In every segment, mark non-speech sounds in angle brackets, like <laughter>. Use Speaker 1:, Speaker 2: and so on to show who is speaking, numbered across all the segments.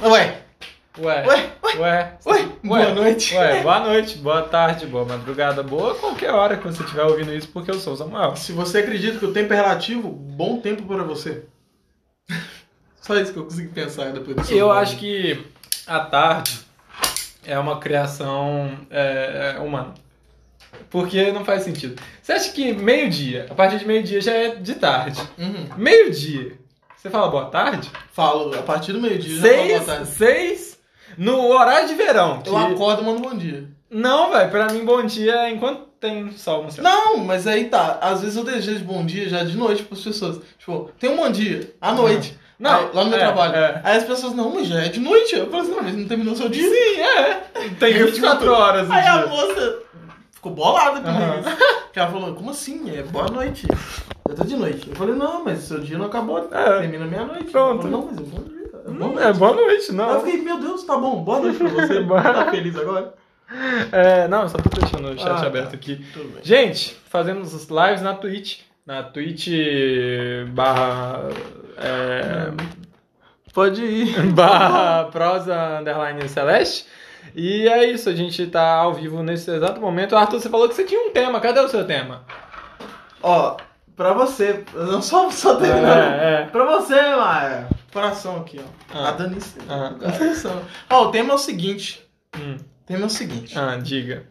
Speaker 1: Ué,
Speaker 2: Ué,
Speaker 1: ué, ué,
Speaker 2: É. ué,
Speaker 1: ué, boa noite.
Speaker 2: Ué, boa noite, boa tarde, boa madrugada, boa qualquer hora que você estiver ouvindo isso, porque eu sou o Samuel.
Speaker 3: Se você acredita que o tempo é relativo, bom tempo para você. <laughs> Só isso que eu consigo pensar depois disso.
Speaker 2: Eu acho que a tarde é uma criação é, é, humana. Porque não faz sentido. Você acha que meio-dia, a partir de meio-dia já é de tarde.
Speaker 3: Uhum.
Speaker 2: Meio-dia, você fala boa tarde?
Speaker 3: Falo, a partir do meio-dia já dá uma
Speaker 2: Seis,
Speaker 3: vontade.
Speaker 2: seis, no horário de verão. que-
Speaker 3: Eu acordo e mando bom dia.
Speaker 2: Não, velho, pra mim bom dia é enquanto tem sol no céu.
Speaker 3: Não, mas aí tá. Às vezes eu desejo bom dia já de noite pras pessoas. Tipo, tem um bom dia, à noite. Aí, lá Ah, no meu
Speaker 2: é,
Speaker 3: trabalho.
Speaker 2: é.
Speaker 3: Aí as pessoas, não, mas já é de noite. Eu falo assim, não, mas não terminou seu dia.
Speaker 2: Sim, é. Tem 24 horas no
Speaker 3: Aí a
Speaker 2: dia.
Speaker 3: moça ficou bolada comigo.
Speaker 2: Uhum. Aham.
Speaker 3: Porque ela falou, como assim? É boa noite. Eu tô de noite. Eu falei, não, mas seu dia não acabou.
Speaker 2: É.
Speaker 3: Termina meia-noite.
Speaker 2: Pronto.
Speaker 3: Ela falou, Não, mas é bom dia. É bom
Speaker 2: Hum,
Speaker 3: dia.
Speaker 2: é boa noite,
Speaker 3: Aí eu
Speaker 2: não.
Speaker 3: fiquei, meu Deus, tá bom. Boa noite
Speaker 2: <laughs>
Speaker 3: pra você. tá feliz agora?
Speaker 2: É, não, só tô deixando o chat
Speaker 3: Ah, tá.
Speaker 2: aberto aqui.
Speaker 3: Tudo bem.
Speaker 2: Gente, fazemos as lives na Twitch. Na Twitch barra. É,
Speaker 3: Pode ir.
Speaker 2: barra prosa underline celeste. E é isso, a gente tá ao vivo nesse exato momento. Arthur, você falou que você tinha um tema, cadê o seu tema?
Speaker 3: Ó, pra você. eu Não só, só terminando.
Speaker 2: É, é.
Speaker 3: Pra você, Maia. Coração aqui, ó.
Speaker 2: Ah.
Speaker 3: A Danice.
Speaker 2: Ah.
Speaker 3: Coração. Ó, o tema é o seguinte.
Speaker 2: Hum.
Speaker 3: O tema é o seguinte.
Speaker 2: Ah, diga.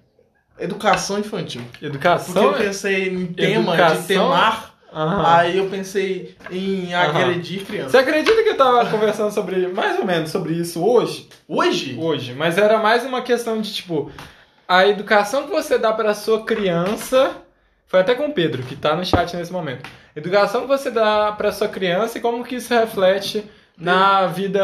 Speaker 3: Educação infantil. Porque
Speaker 2: Educação.
Speaker 3: eu pensei em tema
Speaker 2: Educação?
Speaker 3: de temar.
Speaker 2: Aham.
Speaker 3: Aí eu pensei em
Speaker 2: Aham.
Speaker 3: agredir
Speaker 2: Você
Speaker 3: criança.
Speaker 2: acredita que eu tava conversando sobre mais ou menos sobre isso hoje?
Speaker 3: Hoje?
Speaker 2: hoje, mas era mais uma questão de tipo a educação que você dá pra sua criança. Foi até com o Pedro, que tá no chat nesse momento. Educação que você dá pra sua criança e como que isso reflete na vida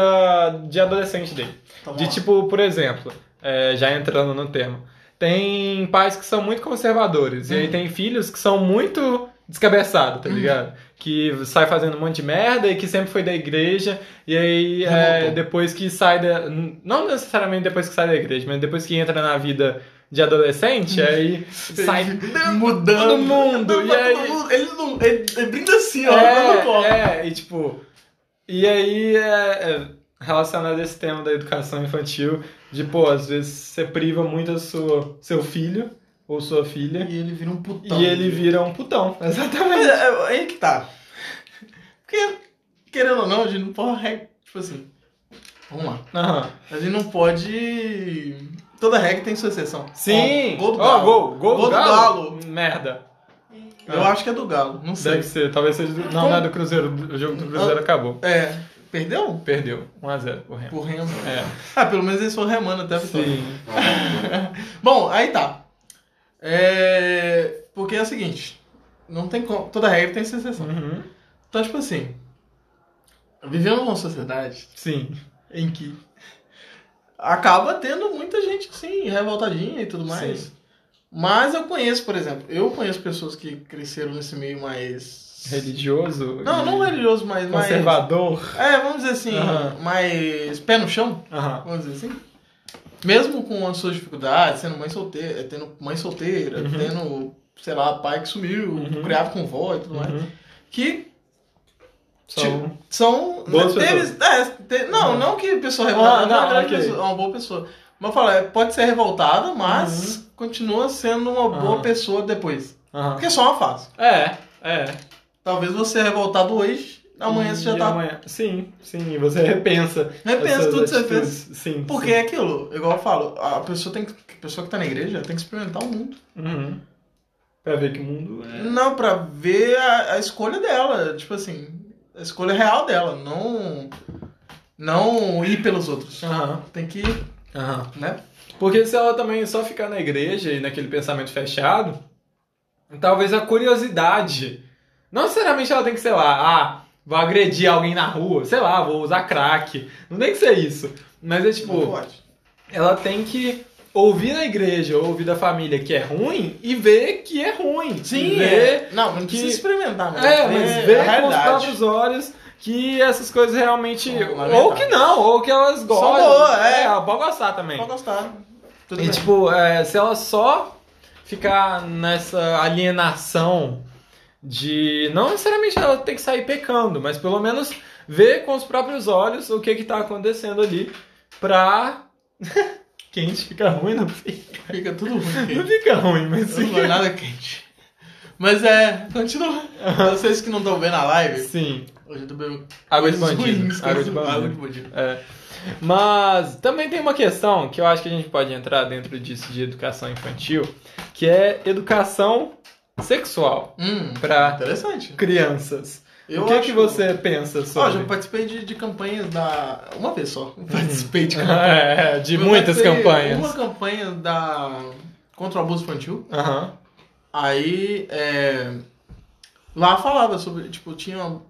Speaker 2: de adolescente dele.
Speaker 3: Então,
Speaker 2: De
Speaker 3: ó,
Speaker 2: tipo, por exemplo, é, já entrando no tema, tem pais que são muito conservadores e aí
Speaker 3: Uhum.
Speaker 2: tem filhos que são muito descabeçados, tá
Speaker 3: Uhum.
Speaker 2: ligado? Que sai fazendo um monte de merda e que sempre foi da igreja e aí é,
Speaker 3: Revoltou.
Speaker 2: depois que sai da... Não necessariamente depois que sai da igreja, mas depois que entra na vida de adolescente,
Speaker 3: Uhum.
Speaker 2: aí sai...
Speaker 3: mudando
Speaker 2: todo mundo,
Speaker 3: Todo
Speaker 2: e aí-
Speaker 3: mundo. Ele não. Ele, ele brinda assim, ó. quando toca.
Speaker 2: É, é, e tipo... E aí, é, é, relacionado a esse tema da educação infantil, de, pô, às vezes você priva muito a sua, seu filho ou sua filha
Speaker 3: E ele vira um
Speaker 2: e
Speaker 3: putão.
Speaker 2: ele vira um putão. <laughs>
Speaker 3: Mas
Speaker 2: Exatamente.
Speaker 3: é- é- aí que tá. Porque, querendo ou não, a gente não pode. re- Tipo assim. Vamos lá.
Speaker 2: Aham.
Speaker 3: A gente não pode. Toda regra tem sua exceção.
Speaker 2: Sim!
Speaker 3: Ó, gol do
Speaker 2: Ó,
Speaker 3: Galo.
Speaker 2: gol, gol,
Speaker 3: Gol do Galo.
Speaker 2: Merda.
Speaker 3: Eu
Speaker 2: Ah.
Speaker 3: acho que é do Galo, não sei.
Speaker 2: Deve ser, talvez seja. do- Não, não é do Cruzeiro. O jogo do Cruzeiro acabou.
Speaker 3: É. Perdeu?
Speaker 2: Perdeu. 1x0 pro Remo.
Speaker 3: Por remo.
Speaker 2: É.
Speaker 3: Ah, pelo menos eles foram remando até a vitória.
Speaker 2: Sim.
Speaker 3: Bom, aí tá. É... Porque é o seguinte, não tem como. Toda regra tem sua exceção.
Speaker 2: Uhum.
Speaker 3: Então, tipo assim, vivemos numa sociedade
Speaker 2: Sim.
Speaker 3: em que acaba tendo muita gente, sim, revoltadinha e tudo mais.
Speaker 2: Sim.
Speaker 3: Mas eu conheço, por exemplo, eu conheço pessoas que cresceram nesse meio mais.
Speaker 2: Religioso.
Speaker 3: Não,
Speaker 2: e
Speaker 3: não religioso, mas mais.
Speaker 2: Conservador.
Speaker 3: É, vamos dizer assim,
Speaker 2: Aham.
Speaker 3: mais pé no chão.
Speaker 2: Aham.
Speaker 3: vamos dizer assim. Mesmo com as suas dificuldades, sendo mãe solteira, é, tendo mãe solteira,
Speaker 2: Uhum.
Speaker 3: tendo, sei lá, pai que sumiu,
Speaker 2: Uhum.
Speaker 3: criado com vó e tudo mais,
Speaker 2: Uhum. um.
Speaker 3: que Tipo,
Speaker 2: São.
Speaker 3: são. né,
Speaker 2: Boas
Speaker 3: teve-
Speaker 2: pessoas.
Speaker 3: é, te- não,
Speaker 2: Uhum.
Speaker 3: não que pessoa revoltada,
Speaker 2: Ah,
Speaker 3: não, é
Speaker 2: não,
Speaker 3: uma grande
Speaker 2: ok.
Speaker 3: pessoa, é uma boa pessoa. Mas eu falo, é, pode ser revoltada, mas
Speaker 2: Uhum.
Speaker 3: continua sendo uma boa
Speaker 2: Aham.
Speaker 3: pessoa depois.
Speaker 2: Aham.
Speaker 3: Porque é só uma fase.
Speaker 2: É, é.
Speaker 3: Talvez você é revoltado hoje, amanhã você já
Speaker 2: E
Speaker 3: tá.
Speaker 2: Hum, amanhã- Sim, sim. E você repensa.
Speaker 3: Repensa
Speaker 2: essas
Speaker 3: tudo que você
Speaker 2: atitudes. Sim.
Speaker 3: Porque é aquilo, igual eu falo, a pessoa, tem que, a pessoa que tá na igreja tem que experimentar o mundo.
Speaker 2: sim. Uhum. Pra ver que o mundo é.
Speaker 3: Não, pra ver a, a escolha dela. Tipo assim, a escolha real dela. Não. Não ir pelos outros.
Speaker 2: Aham.
Speaker 3: Tem que,
Speaker 2: Aham.
Speaker 3: né?
Speaker 2: Porque se ela também só ficar na igreja e naquele pensamento fechado, talvez a curiosidade. Não necessariamente ela tem que, sei lá, ah, vou agredir alguém na rua, sei lá, vou usar crack. Não tem que ser isso. Mas é
Speaker 3: Não
Speaker 2: tipo,
Speaker 3: pode.
Speaker 2: ela tem que ouvir na igreja, ouvir da família que é ruim e ver que é ruim. E
Speaker 3: Sim,
Speaker 2: ver
Speaker 3: é. Não, não precisa
Speaker 2: que-
Speaker 3: experimentar, mas,
Speaker 2: é, mas ver
Speaker 3: a
Speaker 2: com os
Speaker 3: realidade.
Speaker 2: próprios olhos que essas coisas realmente.
Speaker 3: São
Speaker 2: Ou que não, ou que elas gostam.
Speaker 3: boas, é.
Speaker 2: ela pode gostar também.
Speaker 3: Pode gostar. Tudo
Speaker 2: E
Speaker 3: bem.
Speaker 2: tipo, é, se ela só ficar nessa alienação de. Não necessariamente ela tem que sair pecando, mas pelo menos ver com os próprios olhos o que que tá acontecendo ali pra... <laughs> quente, fica ruim, não fica,
Speaker 3: Fica tudo ruim,
Speaker 2: não <laughs>
Speaker 3: quente.
Speaker 2: fica ruim, mas
Speaker 3: Não foi
Speaker 2: fica...
Speaker 3: nada quente. Mas é, continua. Vocês que não estão vendo a live,
Speaker 2: Sim,
Speaker 3: hoje eu tô bebendo
Speaker 2: água de
Speaker 3: coisas
Speaker 2: bandido,
Speaker 3: ruins,
Speaker 2: água de
Speaker 3: coisas- água de
Speaker 2: bandido.
Speaker 3: bandido.
Speaker 2: É. Mas também tem uma questão que eu acho que a gente pode entrar dentro disso de educação infantil, que é educação sexual
Speaker 3: Hum,
Speaker 2: pra
Speaker 3: interessante.
Speaker 2: crianças.
Speaker 3: Eu
Speaker 2: o que,
Speaker 3: acho-
Speaker 2: que você pensa
Speaker 3: Ó,
Speaker 2: sobre?
Speaker 3: já participei de, de campanhas da... Uma vez só. Participei
Speaker 2: <laughs>
Speaker 3: de campanha.
Speaker 2: É, Uhum. de
Speaker 3: Eu
Speaker 2: muitas
Speaker 3: participei
Speaker 2: campanhas.
Speaker 3: Uma campanha da... Contra o abuso infantil.
Speaker 2: Aham.
Speaker 3: Aí, é, lá falava sobre, tipo, tinha uma-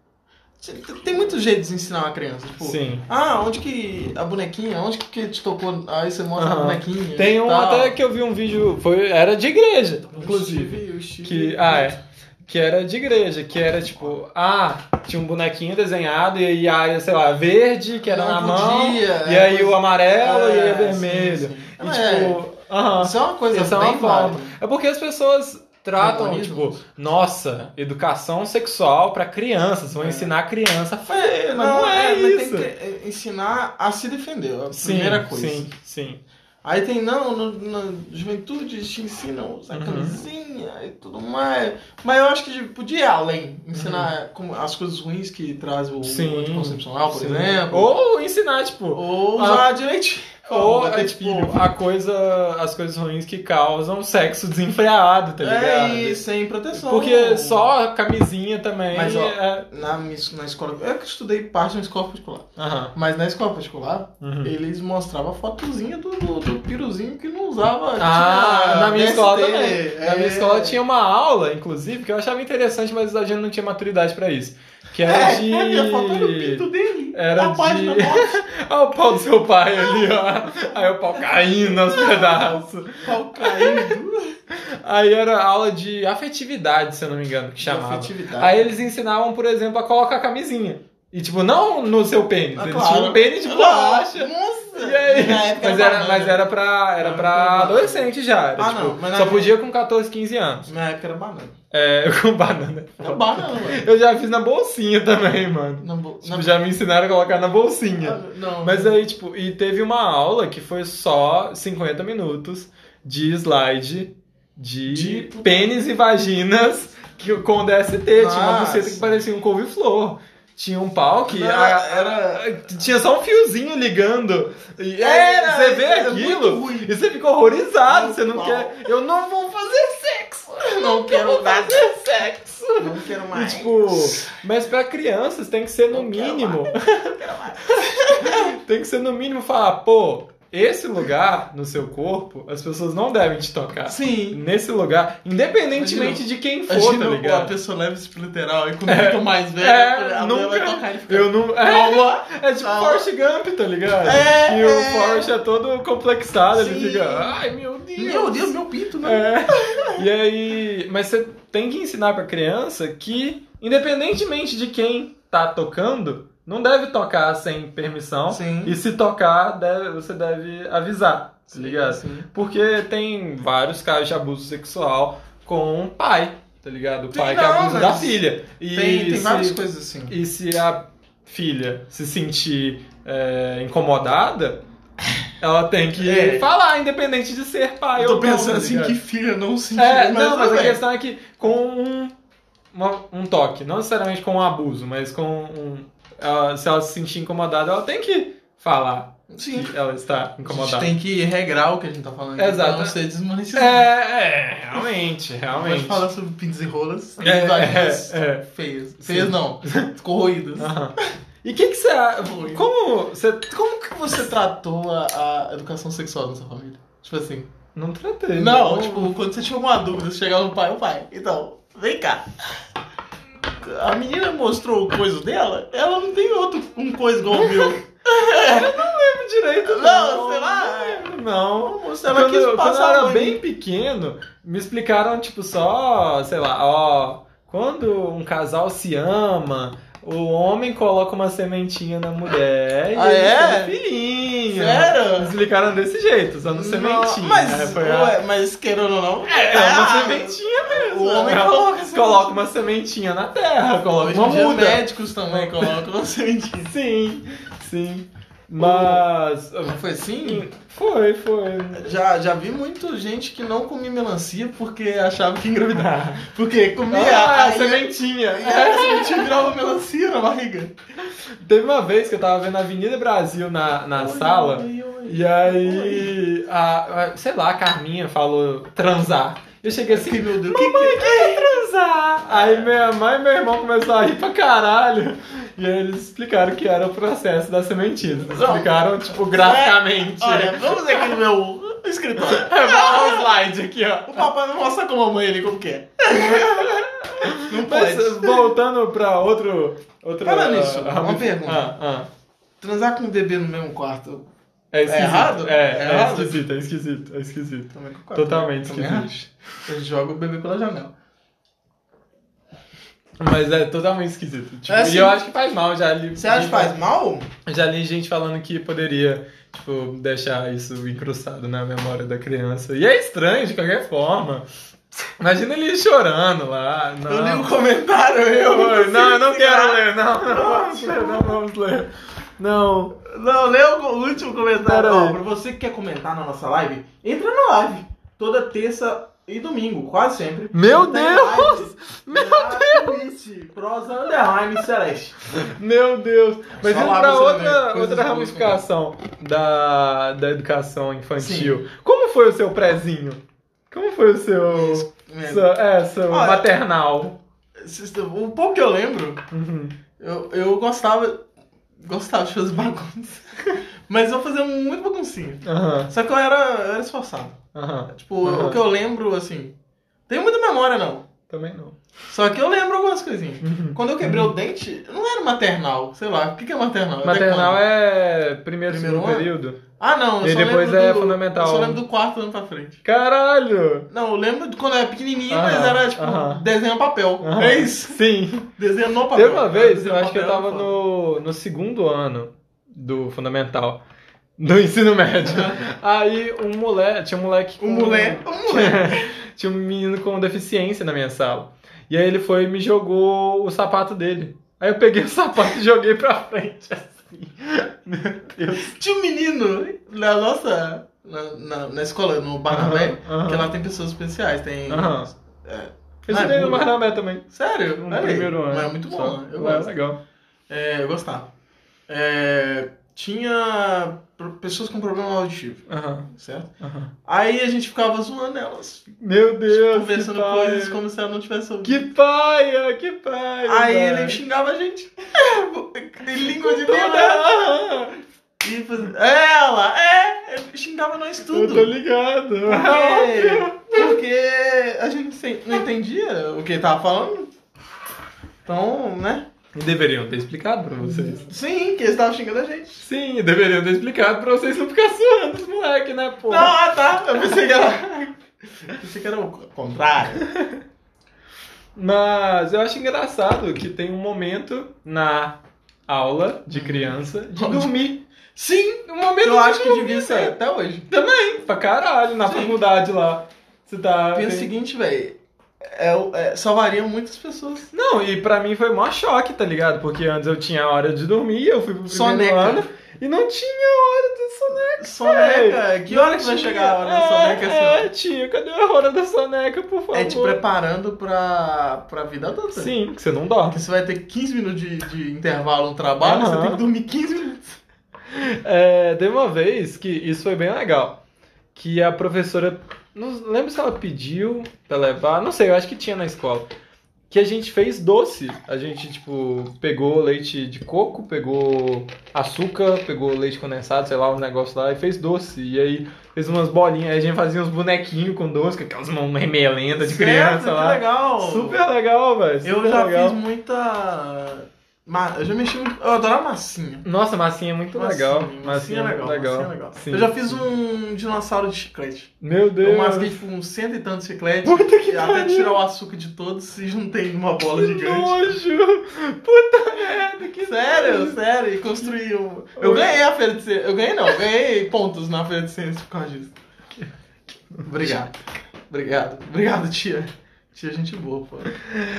Speaker 3: Tem- Tem muitos jeitos de ensinar uma criança, tipo...
Speaker 2: Sim.
Speaker 3: Ah, onde que a bonequinha, onde que te tocou, aí você mostra a
Speaker 2: Aham.
Speaker 3: bonequinha
Speaker 2: Tem
Speaker 3: e
Speaker 2: um
Speaker 3: tal.
Speaker 2: até que eu vi um vídeo, foi, era de igreja, inclusive.
Speaker 3: O Steve- o Steve-
Speaker 2: Que, ah, é. Que era de igreja, que era tipo, ah, tinha um bonequinho desenhado e aí a área, sei lá, verde, que era
Speaker 3: Não
Speaker 2: na mão,
Speaker 3: podia,
Speaker 2: e
Speaker 3: é,
Speaker 2: aí o
Speaker 3: coisa-
Speaker 2: amarelo e
Speaker 3: É,
Speaker 2: aí o vermelho.
Speaker 3: sim, sim.
Speaker 2: E,
Speaker 3: É,
Speaker 2: tipo, aham.
Speaker 3: Isso é uma coisa
Speaker 2: Isso é
Speaker 3: bem
Speaker 2: uma forma.
Speaker 3: válida.
Speaker 2: É porque as pessoas tratam,
Speaker 3: Antagonismo.
Speaker 2: tipo, nossa, educação sexual pra crianças, vão
Speaker 3: É.
Speaker 2: ensinar a criança. a
Speaker 3: É,
Speaker 2: Mas não é
Speaker 3: mas
Speaker 2: isso.
Speaker 3: Tem que é, ensinar a se defender, a
Speaker 2: Sim,
Speaker 3: primeira coisa.
Speaker 2: Sim, sim.
Speaker 3: Aí tem, não, no- na juventude te ensinam a usar
Speaker 2: Uhum.
Speaker 3: camisinha e tudo mais. Mas eu acho que tipo, podia ir além. Ensinar como- as coisas ruins que traz o
Speaker 2: Uhum. Sim.
Speaker 3: anticoncepcional, por
Speaker 2: Sim.
Speaker 3: exemplo. Ou,
Speaker 2: Ou ensinar, tipo.
Speaker 3: usar direitinho.
Speaker 2: Ou,
Speaker 3: bater
Speaker 2: é, tipo, a coisa, as coisas ruins que causam sexo desenfreado, tá ligado?
Speaker 3: é, e sem proteção.
Speaker 2: Porque só a camisinha também.
Speaker 3: Mas, ó,
Speaker 2: é...
Speaker 3: Na, miss- na escola... Eu que estudei parte na escola particular.
Speaker 2: Aham.
Speaker 3: Mas na escola particular,
Speaker 2: Uhum.
Speaker 3: eles mostravam a fotozinha do, do, do piruzinho que não usava.
Speaker 2: Ah,
Speaker 3: tinha
Speaker 2: na minha
Speaker 3: DST,
Speaker 2: escola também. Na minha
Speaker 3: é.
Speaker 2: escola tinha uma aula, inclusive, que eu achava interessante, mas a gente não tinha maturidade pra isso. Que era
Speaker 3: <laughs> <laughs> É,
Speaker 2: de.
Speaker 3: é, faltava o pinto dele.
Speaker 2: Era
Speaker 3: a
Speaker 2: de- <laughs>
Speaker 3: página nove.
Speaker 2: Olha o pau do seu pai ali, ó. Aí o pau caindo aos pedaços.
Speaker 3: Pau caído.
Speaker 2: Aí era aula de afetividade, se eu não me engano, que chamava.
Speaker 3: Afetividade.
Speaker 2: Aí eles ensinavam, por exemplo, a colocar a camisinha. E tipo, não no seu pênis.
Speaker 3: Ah,
Speaker 2: eles
Speaker 3: claro.
Speaker 2: tinham um pênis de bolacha.
Speaker 3: Nossa!
Speaker 2: E aí?
Speaker 3: Na época
Speaker 2: Mas
Speaker 3: era
Speaker 2: era,
Speaker 3: banana.
Speaker 2: mas era pra, era
Speaker 3: Não,
Speaker 2: pra
Speaker 3: não.
Speaker 2: adolescente já. Era,
Speaker 3: Ah,
Speaker 2: tipo,
Speaker 3: não, mas na
Speaker 2: só
Speaker 3: minha-
Speaker 2: podia com 14, 15 anos.
Speaker 3: Na época era banana.
Speaker 2: É, <laughs> com banana.
Speaker 3: Era banana, velho.
Speaker 2: Eu já fiz na bolsinha também, mano.
Speaker 3: Na bo-
Speaker 2: Tipo,
Speaker 3: na-
Speaker 2: já me ensinaram a colocar na bolsinha.
Speaker 3: Ah, Não.
Speaker 2: Mas aí, tipo, e teve uma aula que foi só 50 minutos de slide de,
Speaker 3: De-
Speaker 2: pênis e vaginas que, com DST. Tinha uma
Speaker 3: Nossa.
Speaker 2: buceta que parecia um couve-flor. Tinha um pau que
Speaker 3: Não,
Speaker 2: a-
Speaker 3: era-
Speaker 2: a- tinha só um fiozinho ligando. E,
Speaker 3: Era,
Speaker 2: é, você vê
Speaker 3: era
Speaker 2: aquilo
Speaker 3: muito ruim.
Speaker 2: e você fica horrorizado.
Speaker 3: Meu
Speaker 2: você não
Speaker 3: pau.
Speaker 2: quer. Eu não vou fazer sexo! Eu
Speaker 3: Não
Speaker 2: <laughs> não quero
Speaker 3: quero nada.
Speaker 2: fazer sexo!
Speaker 3: Não quero
Speaker 2: E,
Speaker 3: mais.
Speaker 2: tipo, mas pra crianças tem que ser no
Speaker 3: Não quero
Speaker 2: mínimo. <laughs> tem que ser no mínimo falar, pô, esse lugar no seu corpo, as pessoas não devem te tocar.
Speaker 3: Sim.
Speaker 2: Nesse lugar, independentemente de quem for, tá
Speaker 3: Imagina a
Speaker 2: ligado?
Speaker 3: pessoa leva isso pro literal e quando fica mais velho, tá
Speaker 2: É,
Speaker 3: a mulher vai
Speaker 2: nunca.
Speaker 3: tocar e <laughs> fica.
Speaker 2: Eu não. É,
Speaker 3: Calma.
Speaker 2: é tipo
Speaker 3: Não.
Speaker 2: Forrest Gump, tá ligado?
Speaker 3: É,
Speaker 2: que o
Speaker 3: é.
Speaker 2: Forrest é todo complexado, ele
Speaker 3: Sim.
Speaker 2: fica, ai meu Deus.
Speaker 3: Meu Deus, meu pinto, né? não.
Speaker 2: É. E aí, mas você tem que ensinar pra criança que, independentemente de quem tá tocando, não deve tocar sem permissão.
Speaker 3: Sim.
Speaker 2: E se tocar, deve- você deve avisar, tá ligado?
Speaker 3: Sim.
Speaker 2: Porque tem vários casos de abuso sexual com o pai, tá ligado? O
Speaker 3: Tem,
Speaker 2: pai que
Speaker 3: não,
Speaker 2: abusa
Speaker 3: mas
Speaker 2: da filha. E
Speaker 3: Tem, tem
Speaker 2: se-
Speaker 3: várias coisas assim.
Speaker 2: e se a filha se sentir é, incomodada, ela tem que
Speaker 3: É.
Speaker 2: falar, independente de ser pai
Speaker 3: Eu tô
Speaker 2: ou não,
Speaker 3: pensando
Speaker 2: tá
Speaker 3: assim,
Speaker 2: ligado?
Speaker 3: que filha não se
Speaker 2: É,
Speaker 3: sentiu mais
Speaker 2: não, mas a
Speaker 3: velha.
Speaker 2: questão é que com um, uma- um toque, não necessariamente com um abuso, mas com um. ela- se ela se sentir incomodada, ela tem que falar
Speaker 3: Sim.
Speaker 2: que ela está
Speaker 3: A gente
Speaker 2: incomodada.
Speaker 3: tem que regrar o que a gente tá falando. aqui
Speaker 2: Exato.
Speaker 3: Pra não ser desmonetizado.
Speaker 2: É, é, realmente,
Speaker 3: Pode
Speaker 2: realmente.
Speaker 3: falar sobre pins e rolas.
Speaker 2: É,
Speaker 3: e vaginas
Speaker 2: é, é.
Speaker 3: Feias.
Speaker 2: Sim.
Speaker 3: Feias <laughs> não. Corroídas.
Speaker 2: Aham. E o que, que você. a-
Speaker 3: Oi.
Speaker 2: Como você.
Speaker 3: Como que você tratou a, a educação sexual na sua família? Tipo assim.
Speaker 2: Não tratei.
Speaker 3: Não, tipo, quando você tinha alguma dúvida, você chegava no pai, ô pai, então, vem cá. A menina mostrou o coisa dela, ela não tem outro um coisa igual o <laughs> meu.
Speaker 2: lembro direito.
Speaker 3: Não, sei lá.
Speaker 2: não lembro, Não.
Speaker 3: Ela
Speaker 2: quando,
Speaker 3: quis
Speaker 2: quando
Speaker 3: passar
Speaker 2: eu
Speaker 3: a
Speaker 2: era
Speaker 3: mãe.
Speaker 2: bem pequeno, me explicaram, tipo, só, sei lá, ó, quando um casal se ama, o homem coloca uma sementinha na mulher e
Speaker 3: Ah,
Speaker 2: eles
Speaker 3: é?
Speaker 2: têm um filhinho.
Speaker 3: Sério?
Speaker 2: desligaram desse jeito, usando sementinha. né?
Speaker 3: Mas,
Speaker 2: Foi a-
Speaker 3: ué, mas querendo ou não. ah,
Speaker 2: É uma sementinha mesmo.
Speaker 3: o homem
Speaker 2: Ela
Speaker 3: coloca essa
Speaker 2: coloca uma sementinha na terra, coloca
Speaker 3: Hoje
Speaker 2: uma
Speaker 3: em dia
Speaker 2: muda.
Speaker 3: médicos também colocam uma sementinha.
Speaker 2: Sim, sim. Mas.
Speaker 3: Não Foi assim?
Speaker 2: Foi, foi.
Speaker 3: Já, já vi muita gente que não comia melancia porque achava que engravidava. Porque comia
Speaker 2: Ah,
Speaker 3: a
Speaker 2: sementinha.
Speaker 3: E aí a sementinha virava um melancia na barriga.
Speaker 2: Teve uma vez que eu tava vendo a Avenida Brasil na, na sala.
Speaker 3: Oi, oi,
Speaker 2: E aí, a, a- sei lá, a Carminha falou transar. Eu cheguei assim,
Speaker 3: Que meu Deus, que
Speaker 2: mamãe, que é transar? Aí minha mãe e meu irmão começaram a rir pra caralho. E aí eles explicaram que era o processo da sementina. Eles
Speaker 3: Não.
Speaker 2: explicaram, tipo, graficamente. É,
Speaker 3: Olha, vamos aqui no meu escritório.
Speaker 2: Olha o slide aqui, ó.
Speaker 3: O papai não mostra com a mamãe ali como que
Speaker 2: <laughs>
Speaker 3: é. uh, Não pode.
Speaker 2: Mas voltando pra outro... outro
Speaker 3: Falando nisso,
Speaker 2: ah,
Speaker 3: uma
Speaker 2: ah,
Speaker 3: pergunta.
Speaker 2: ah,
Speaker 3: Transar com um bebê no mesmo quarto.
Speaker 2: é esquisito.
Speaker 3: errado?
Speaker 2: É,
Speaker 3: É
Speaker 2: é,
Speaker 3: errado?
Speaker 2: esquisito, é esquisito, é esquisito.
Speaker 3: Também concordo.
Speaker 2: Totalmente
Speaker 3: Também
Speaker 2: esquisito.
Speaker 3: acho. Ele joga o bebê pela janela.
Speaker 2: Mas é totalmente esquisito. Tipo,
Speaker 3: É assim.
Speaker 2: E eu acho que faz mal já ali.
Speaker 3: Você acha que faz mal?
Speaker 2: Já li gente falando que poderia, tipo, deixar isso incrustado na memória da criança. E é estranho, de qualquer forma. Imagina ele chorando lá. Não,
Speaker 3: Eu li o comentário, <laughs> eu.
Speaker 2: Não, não, eu não
Speaker 3: consigo
Speaker 2: quero
Speaker 3: segurar.
Speaker 2: ler. Não, não vamos ler, não vamos ler. Não.
Speaker 3: Não, lê o último comentário.
Speaker 2: Pera aí.
Speaker 3: Ó, pra você que quer comentar na nossa live, entra na live. Toda terça e domingo, quase sempre.
Speaker 2: Meu
Speaker 3: Tem
Speaker 2: Deus!
Speaker 3: live
Speaker 2: Meu
Speaker 3: na Twitch, Prosa Underline Celeste.
Speaker 2: Meu Deus. Mas
Speaker 3: Só
Speaker 2: indo
Speaker 3: lá
Speaker 2: pra
Speaker 3: você
Speaker 2: outra,
Speaker 3: vê coisas né?
Speaker 2: outra
Speaker 3: que eu vou
Speaker 2: ramificação da, da educação infantil. Como foi o seu prezinho? Como foi o seu... seu é, seu
Speaker 3: Olha-
Speaker 2: maternal?
Speaker 3: O um pouco que eu lembro,
Speaker 2: Uhum.
Speaker 3: eu, eu gostava. Gostava de fazer <laughs> bagunça. Mas eu fazia muito baguncinha.
Speaker 2: Aham,
Speaker 3: Só que eu era, eu era esforçado.
Speaker 2: aham.
Speaker 3: Tipo,
Speaker 2: Aham.
Speaker 3: o que eu lembro, assim. Tem muita memória, não.
Speaker 2: Também não.
Speaker 3: Só que eu lembro algumas coisinhas.
Speaker 2: Uhum.
Speaker 3: Quando eu quebrei o dente, não era maternal, sei lá. O que, que é maternal? Até
Speaker 2: Maternal
Speaker 3: quando?
Speaker 2: é primeiro,
Speaker 3: Primeiro
Speaker 2: segundo
Speaker 3: ano?
Speaker 2: período?
Speaker 3: Ah, não. Eu
Speaker 2: E
Speaker 3: só
Speaker 2: depois
Speaker 3: lembro
Speaker 2: é
Speaker 3: do-
Speaker 2: fundamental.
Speaker 3: Eu só lembro do quarto ano pra frente.
Speaker 2: Caralho!
Speaker 3: Não, eu lembro de quando eu era pequenininho,
Speaker 2: Aham,
Speaker 3: mas era tipo
Speaker 2: aham.
Speaker 3: desenho a papel.
Speaker 2: Aham.
Speaker 3: É isso.
Speaker 2: Sim.
Speaker 3: Desenho no papel.
Speaker 2: Teve uma vez,
Speaker 3: Desenho
Speaker 2: eu
Speaker 3: no
Speaker 2: acho que eu
Speaker 3: papel,
Speaker 2: tava
Speaker 3: pô.
Speaker 2: no, no segundo ano do fundamental, do ensino
Speaker 3: <laughs>
Speaker 2: médio. Aí um moleque, tinha um moleque com...
Speaker 3: Um mulher. Um mulher.
Speaker 2: tinha um menino com deficiência na minha sala. E aí ele foi e me jogou o sapato dele. Aí eu peguei <laughs> o sapato e joguei pra frente, assim. Meu Deus.
Speaker 3: Tinha um menino na nossa. Na, na, na escola, no Barnabé,
Speaker 2: Aham, aham.
Speaker 3: que lá tem pessoas especiais, tem.
Speaker 2: Aham.
Speaker 3: É.
Speaker 2: Eu
Speaker 3: Ah,
Speaker 2: estudei no
Speaker 3: boa.
Speaker 2: Barnabé também.
Speaker 3: Sério?
Speaker 2: No
Speaker 3: Olha aí.
Speaker 2: primeiro ano.
Speaker 3: Mas é muito
Speaker 2: só.
Speaker 3: bom, né? eu
Speaker 2: Lá é
Speaker 3: gosto.
Speaker 2: legal.
Speaker 3: É, eu gostava. É, tinha pro- pessoas com problema auditivo,
Speaker 2: Aham,
Speaker 3: certo?
Speaker 2: aham.
Speaker 3: Aí a gente ficava zoando elas,
Speaker 2: Meu Deus,
Speaker 3: Tipo, conversando
Speaker 2: que paia.
Speaker 3: coisas como se ela não tivesse ouvido.
Speaker 2: Que paia, que paia.
Speaker 3: Aí
Speaker 2: velho.
Speaker 3: ele xingava a gente. <laughs> Em língua de
Speaker 2: Toda-
Speaker 3: merda.
Speaker 2: Aham,
Speaker 3: E fazia, ela, é! Ele xingava nós
Speaker 2: Eu tô
Speaker 3: tudo. É.
Speaker 2: ligado. <laughs>
Speaker 3: Porque, porque a gente sem- não entendia o que ele tava falando. Então, né?
Speaker 2: E deveriam ter explicado pra vocês.
Speaker 3: Sim, que eles estavam xingando a gente.
Speaker 2: Sim, deveriam ter explicado pra vocês não ficar suando os moleque, né, pô?
Speaker 3: Não, ah tá. Eu pensei que era. Eu pensei que era o contrário.
Speaker 2: Mas eu acho engraçado que tem um momento na aula de criança de dormir.
Speaker 3: Sim!
Speaker 2: Um momento
Speaker 3: Eu
Speaker 2: de
Speaker 3: acho que
Speaker 2: dormir,
Speaker 3: devia ser
Speaker 2: velho.
Speaker 3: até hoje.
Speaker 2: Também, pra caralho, na
Speaker 3: Sim.
Speaker 2: faculdade lá. Você tá.
Speaker 3: Pensa o
Speaker 2: tem-
Speaker 3: seguinte, velho. É, o- é, salvaria muitas pessoas.
Speaker 2: Não, e pra mim foi maior choque, tá ligado? Porque antes eu tinha a hora de dormir, eu fui pro primeiro
Speaker 3: Soneca.
Speaker 2: ano e não tinha hora de soneca.
Speaker 3: Soneca, né, que hora que vai
Speaker 2: Tinha.
Speaker 3: chegar a hora
Speaker 2: é,
Speaker 3: da soneca,
Speaker 2: É,
Speaker 3: senhor?
Speaker 2: tinha. Cadê a hora da soneca, por favor?
Speaker 3: É te preparando pra, pra vida adulta.
Speaker 2: Sim, que você não dorme.
Speaker 3: Porque você vai ter 15 minutos de, de intervalo no trabalho,
Speaker 2: Aham.
Speaker 3: você tem que dormir 15 minutos.
Speaker 2: É, teve uma vez que isso foi bem legal. Que a professora. Não lembro se ela pediu pra levar. Não sei, eu acho que tinha na escola. Que a gente fez doce. A gente, tipo, pegou leite de coco, pegou açúcar, pegou leite condensado, sei lá, um negócio lá, e fez doce. E aí fez umas bolinhas. Aí a gente fazia uns bonequinhos com doce, com aquelas mãos remelendas de criança
Speaker 3: Certo,
Speaker 2: lá.
Speaker 3: Que legal.
Speaker 2: Super legal, velho.
Speaker 3: Eu
Speaker 2: super
Speaker 3: já
Speaker 2: legal.
Speaker 3: fiz muita Ma- Eu já mexi muito. Eu adorava massinha.
Speaker 2: Nossa, massinha é muito legal. Massinha é muito legal.
Speaker 3: massinha é legal.
Speaker 2: Sim.
Speaker 3: Eu já fiz um dinossauro de chiclete.
Speaker 2: Meu Deus.
Speaker 3: Eu masquei tipo uns cento e tantos chicletes.
Speaker 2: Puta que
Speaker 3: e até
Speaker 2: pariu.
Speaker 3: tirar o açúcar de todos e juntei numa bola
Speaker 2: Que
Speaker 3: gigante.
Speaker 2: nojo. Puta merda, que
Speaker 3: Sério,
Speaker 2: nojo.
Speaker 3: sério, e construí um. Eu ganhei a feira de ciências. Eu ganhei não, eu ganhei pontos na feira de ciências por causa disso. Obrigado. Obrigado. Obrigado, tia. Tia, gente boa, pô.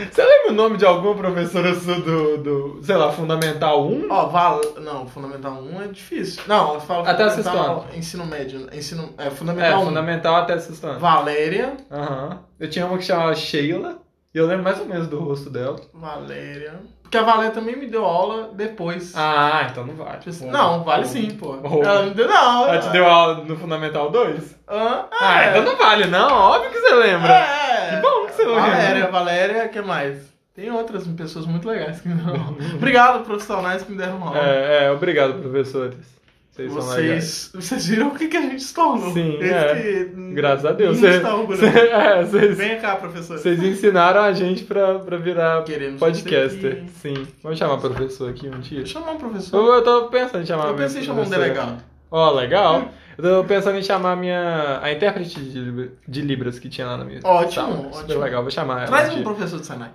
Speaker 2: Você lembra o nome de alguma professora sua do, do, sei lá, Fundamental 1?
Speaker 3: Ó, val... Não, Fundamental 1 é difícil. Não, eu falo
Speaker 2: Até o sexto
Speaker 3: Fundamental Ensino médio. Ensino... É,
Speaker 2: É,
Speaker 3: Fundamental 1.
Speaker 2: Fundamental até sexto ano.
Speaker 3: Valéria.
Speaker 2: Aham. Eu tinha uma que chamava Sheila. E eu lembro mais ou menos do rosto dela.
Speaker 3: Valéria. Porque a Valéria também me deu aula depois.
Speaker 2: Ah, então não vale.
Speaker 3: Tipo assim, não, vale
Speaker 2: Pô.
Speaker 3: sim, pô.
Speaker 2: Pô.
Speaker 3: Ela me deu, não.
Speaker 2: Ela te deu aula no Fundamental 2?
Speaker 3: Hã?
Speaker 2: Ah, então não vale não. Óbvio que você lembra.
Speaker 3: É.
Speaker 2: Que bom que você não
Speaker 3: Valéria,
Speaker 2: lembra.
Speaker 3: Valéria, que mais? Tem outras pessoas muito legais que me deram
Speaker 2: <laughs>
Speaker 3: aula. Obrigado, profissionais que me deram aula.
Speaker 2: É, é, obrigado, professores. É, Vocês, são legais.
Speaker 3: Vocês, vocês viram o que, que a gente se tornou.
Speaker 2: Sim,
Speaker 3: Esse
Speaker 2: é.
Speaker 3: que-
Speaker 2: Graças a Deus.
Speaker 3: Não
Speaker 2: Cê-
Speaker 3: está orgulhoso.
Speaker 2: cê- <laughs> é, vocês
Speaker 3: Vem cá, professor.
Speaker 2: vocês ensinaram a gente pra, pra virar
Speaker 3: Queremos você
Speaker 2: podcaster.
Speaker 3: aqui.
Speaker 2: Sim. Vamos chamar professor aqui um dia?
Speaker 3: Deixa eu chamar um professor.
Speaker 2: Eu, eu tô pensando em chamar
Speaker 3: Eu
Speaker 2: minha
Speaker 3: pensei em chamar um
Speaker 2: professora.
Speaker 3: delegado.
Speaker 2: Ó, legal. Eu tô pensando em chamar a minha. a intérprete de, Libra- de Libras que tinha lá na minha.
Speaker 3: Ótimo,
Speaker 2: sala. Super
Speaker 3: ótimo.
Speaker 2: legal, vou chamar ela.
Speaker 3: Traz
Speaker 2: um
Speaker 3: um
Speaker 2: dia.
Speaker 3: professor do Senai.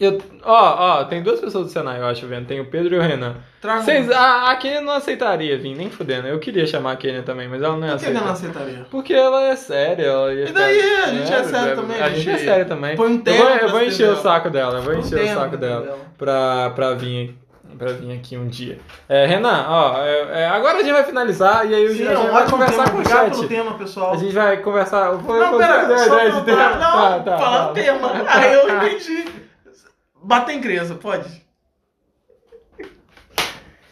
Speaker 2: Eu- Ó, ó, tem duas pessoas do Senai, eu acho, vendo. Tem o Pedro e o Renan.
Speaker 3: Traz
Speaker 2: Vocês,
Speaker 3: um.
Speaker 2: a, a Kenia não aceitaria vir, nem fudendo. Eu queria chamar a Kenia também, mas ela não ia
Speaker 3: Por que que eu não
Speaker 2: aceitar.
Speaker 3: aceitaria?
Speaker 2: Porque ela é séria, ela ia
Speaker 3: E daí?
Speaker 2: ficar-
Speaker 3: A gente é sério
Speaker 2: velho.
Speaker 3: também,
Speaker 2: A
Speaker 3: a
Speaker 2: gente é
Speaker 3: gente
Speaker 2: séria também.
Speaker 3: põe um
Speaker 2: eu
Speaker 3: termo
Speaker 2: vou, eu
Speaker 3: pra
Speaker 2: vou
Speaker 3: se
Speaker 2: encher o
Speaker 3: entender.
Speaker 2: saco dela, eu vou
Speaker 3: Põe um
Speaker 2: encher o
Speaker 3: termo
Speaker 2: saco
Speaker 3: pra
Speaker 2: dela
Speaker 3: entender ela.
Speaker 2: pra, pra, vir, pra vir aqui um dia. É, Renan, ó, é, é, agora a gente vai finalizar e aí a
Speaker 3: Sim,
Speaker 2: gente
Speaker 3: é um
Speaker 2: vai
Speaker 3: ótimo
Speaker 2: conversar
Speaker 3: tema.
Speaker 2: com o
Speaker 3: Obrigado pelo
Speaker 2: chat.
Speaker 3: tema, pessoal.
Speaker 2: A gente vai conversar. eu vou-
Speaker 3: Não,
Speaker 2: vou-
Speaker 3: pera,
Speaker 2: vou-
Speaker 3: só
Speaker 2: vou-
Speaker 3: pra-
Speaker 2: vou-
Speaker 3: pra-
Speaker 2: tá,
Speaker 3: não,
Speaker 2: tá,
Speaker 3: falar
Speaker 2: tá.
Speaker 3: o <laughs> tema. Aí eu entendi. Bater em criança, pode?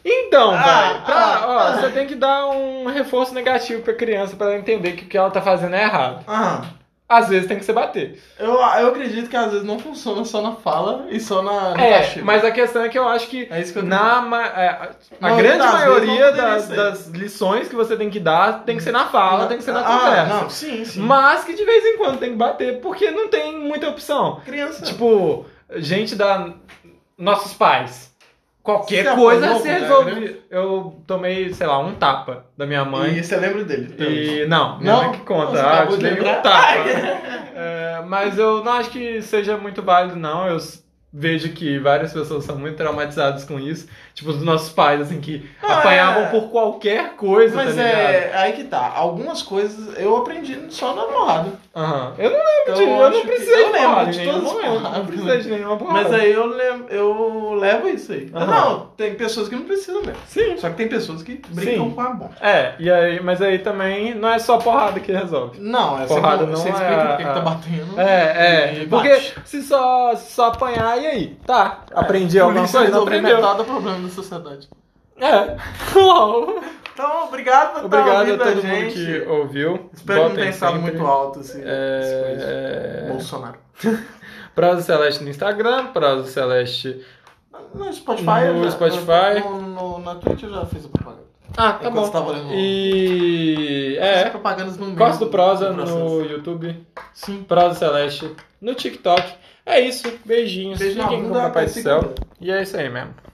Speaker 2: Então,
Speaker 3: Ah,
Speaker 2: velho, pra-
Speaker 3: ah,
Speaker 2: ó,
Speaker 3: ah.
Speaker 2: você tem que dar um reforço negativo pra criança pra ela entender que o que ela tá fazendo é errado.
Speaker 3: Aham.
Speaker 2: Às vezes tem que se bater.
Speaker 3: Ah, Eu, eu acredito que às vezes não funciona só na fala e só na, Tá no
Speaker 2: É,
Speaker 3: castigo.
Speaker 2: mas a questão é que eu acho que
Speaker 3: É isso que eu
Speaker 2: Na ma- é, a- a
Speaker 3: Não, tá,
Speaker 2: grande
Speaker 3: das vezes
Speaker 2: maioria
Speaker 3: não deveria
Speaker 2: das,
Speaker 3: ser.
Speaker 2: das lições que você tem que dar tem que ser na fala, tem que ser na
Speaker 3: Ah,
Speaker 2: conversa.
Speaker 3: não, sim, sim.
Speaker 2: Mas que de vez em quando tem que bater, porque não tem muita opção.
Speaker 3: Criança.
Speaker 2: Tipo, gente da. Nossos pais. Qualquer
Speaker 3: Você
Speaker 2: coisa
Speaker 3: apanhou
Speaker 2: se
Speaker 3: algum
Speaker 2: resolve. Eu tomei, sei lá, um tapa da minha mãe.
Speaker 3: e você lembra dele?
Speaker 2: E, não, minha
Speaker 3: Não?
Speaker 2: mãe que conta.
Speaker 3: Você
Speaker 2: ah,
Speaker 3: acabou
Speaker 2: eu te
Speaker 3: de
Speaker 2: dei um
Speaker 3: lembrar.
Speaker 2: tapa. É, mas eu não acho que seja muito válido, não. Eu s- vejo que várias pessoas são muito traumatizadas com isso. Tipo, os nossos pais, assim, que
Speaker 3: Não,
Speaker 2: apanhavam
Speaker 3: é.
Speaker 2: por qualquer coisa,
Speaker 3: Mas
Speaker 2: tá ligado?
Speaker 3: é, aí que tá. Algumas coisas eu aprendi só na porrada.
Speaker 2: Aham. Eu não lembro
Speaker 3: Então,
Speaker 2: de. Eu,
Speaker 3: acho
Speaker 2: não
Speaker 3: que-
Speaker 2: precisei
Speaker 3: eu
Speaker 2: de
Speaker 3: lembro
Speaker 2: porrada
Speaker 3: de
Speaker 2: nenhuma,
Speaker 3: todas as
Speaker 2: eu não
Speaker 3: porradas. né?
Speaker 2: precisei de nenhuma porrada.
Speaker 3: Mas aí eu, lem- eu levo isso aí.
Speaker 2: Aham.
Speaker 3: Não, tem pessoas que não precisam mesmo.
Speaker 2: Sim.
Speaker 3: Só que tem pessoas que brincam
Speaker 2: Sim.
Speaker 3: com a bomba.
Speaker 2: É, e aí, mas aí também não é só porrada que resolve.
Speaker 3: Não, é
Speaker 2: Porrada
Speaker 3: você,
Speaker 2: não
Speaker 3: você
Speaker 2: é
Speaker 3: explica
Speaker 2: a-
Speaker 3: por que que tá batendo.
Speaker 2: É, é.
Speaker 3: E
Speaker 2: Porque
Speaker 3: bate.
Speaker 2: se só, se só apanhar, e aí? Tá, aprendi alguma
Speaker 3: Polícia
Speaker 2: coisa? Não
Speaker 3: resolve né?
Speaker 2: aprendeu.
Speaker 3: metade do problema da sociedade.
Speaker 2: É.
Speaker 3: <laughs>
Speaker 2: Uau.
Speaker 3: Então, obrigado por estar
Speaker 2: Obrigado a
Speaker 3: ouvindo a,
Speaker 2: todo mundo
Speaker 3: gente.
Speaker 2: que ouviu.
Speaker 3: Espero que não
Speaker 2: Botem
Speaker 3: tenha estado
Speaker 2: sempre.
Speaker 3: muito alto esse, esse coisa.
Speaker 2: É...
Speaker 3: Bolsonaro.
Speaker 2: Prosa Celeste no Instagram, Prosa Celeste.
Speaker 3: No Spotify.
Speaker 2: No
Speaker 3: eu já-
Speaker 2: Spotify.
Speaker 3: No, no- na Twitch eu já fiz a propaganda.
Speaker 2: Ah, tá
Speaker 3: Enquanto
Speaker 2: bom.
Speaker 3: você tava lendo-
Speaker 2: E.
Speaker 3: Essas
Speaker 2: É.
Speaker 3: propagandas no meio
Speaker 2: Costa do Prosa no
Speaker 3: processo.
Speaker 2: YouTube,
Speaker 3: Sim.
Speaker 2: Prosa Celeste no TikTok. É isso. Beijinhos.
Speaker 3: Beijo na
Speaker 2: Fiquem com o
Speaker 3: bunda,
Speaker 2: Papai do
Speaker 3: se
Speaker 2: Céu.
Speaker 3: cuida.
Speaker 2: E é isso aí mesmo.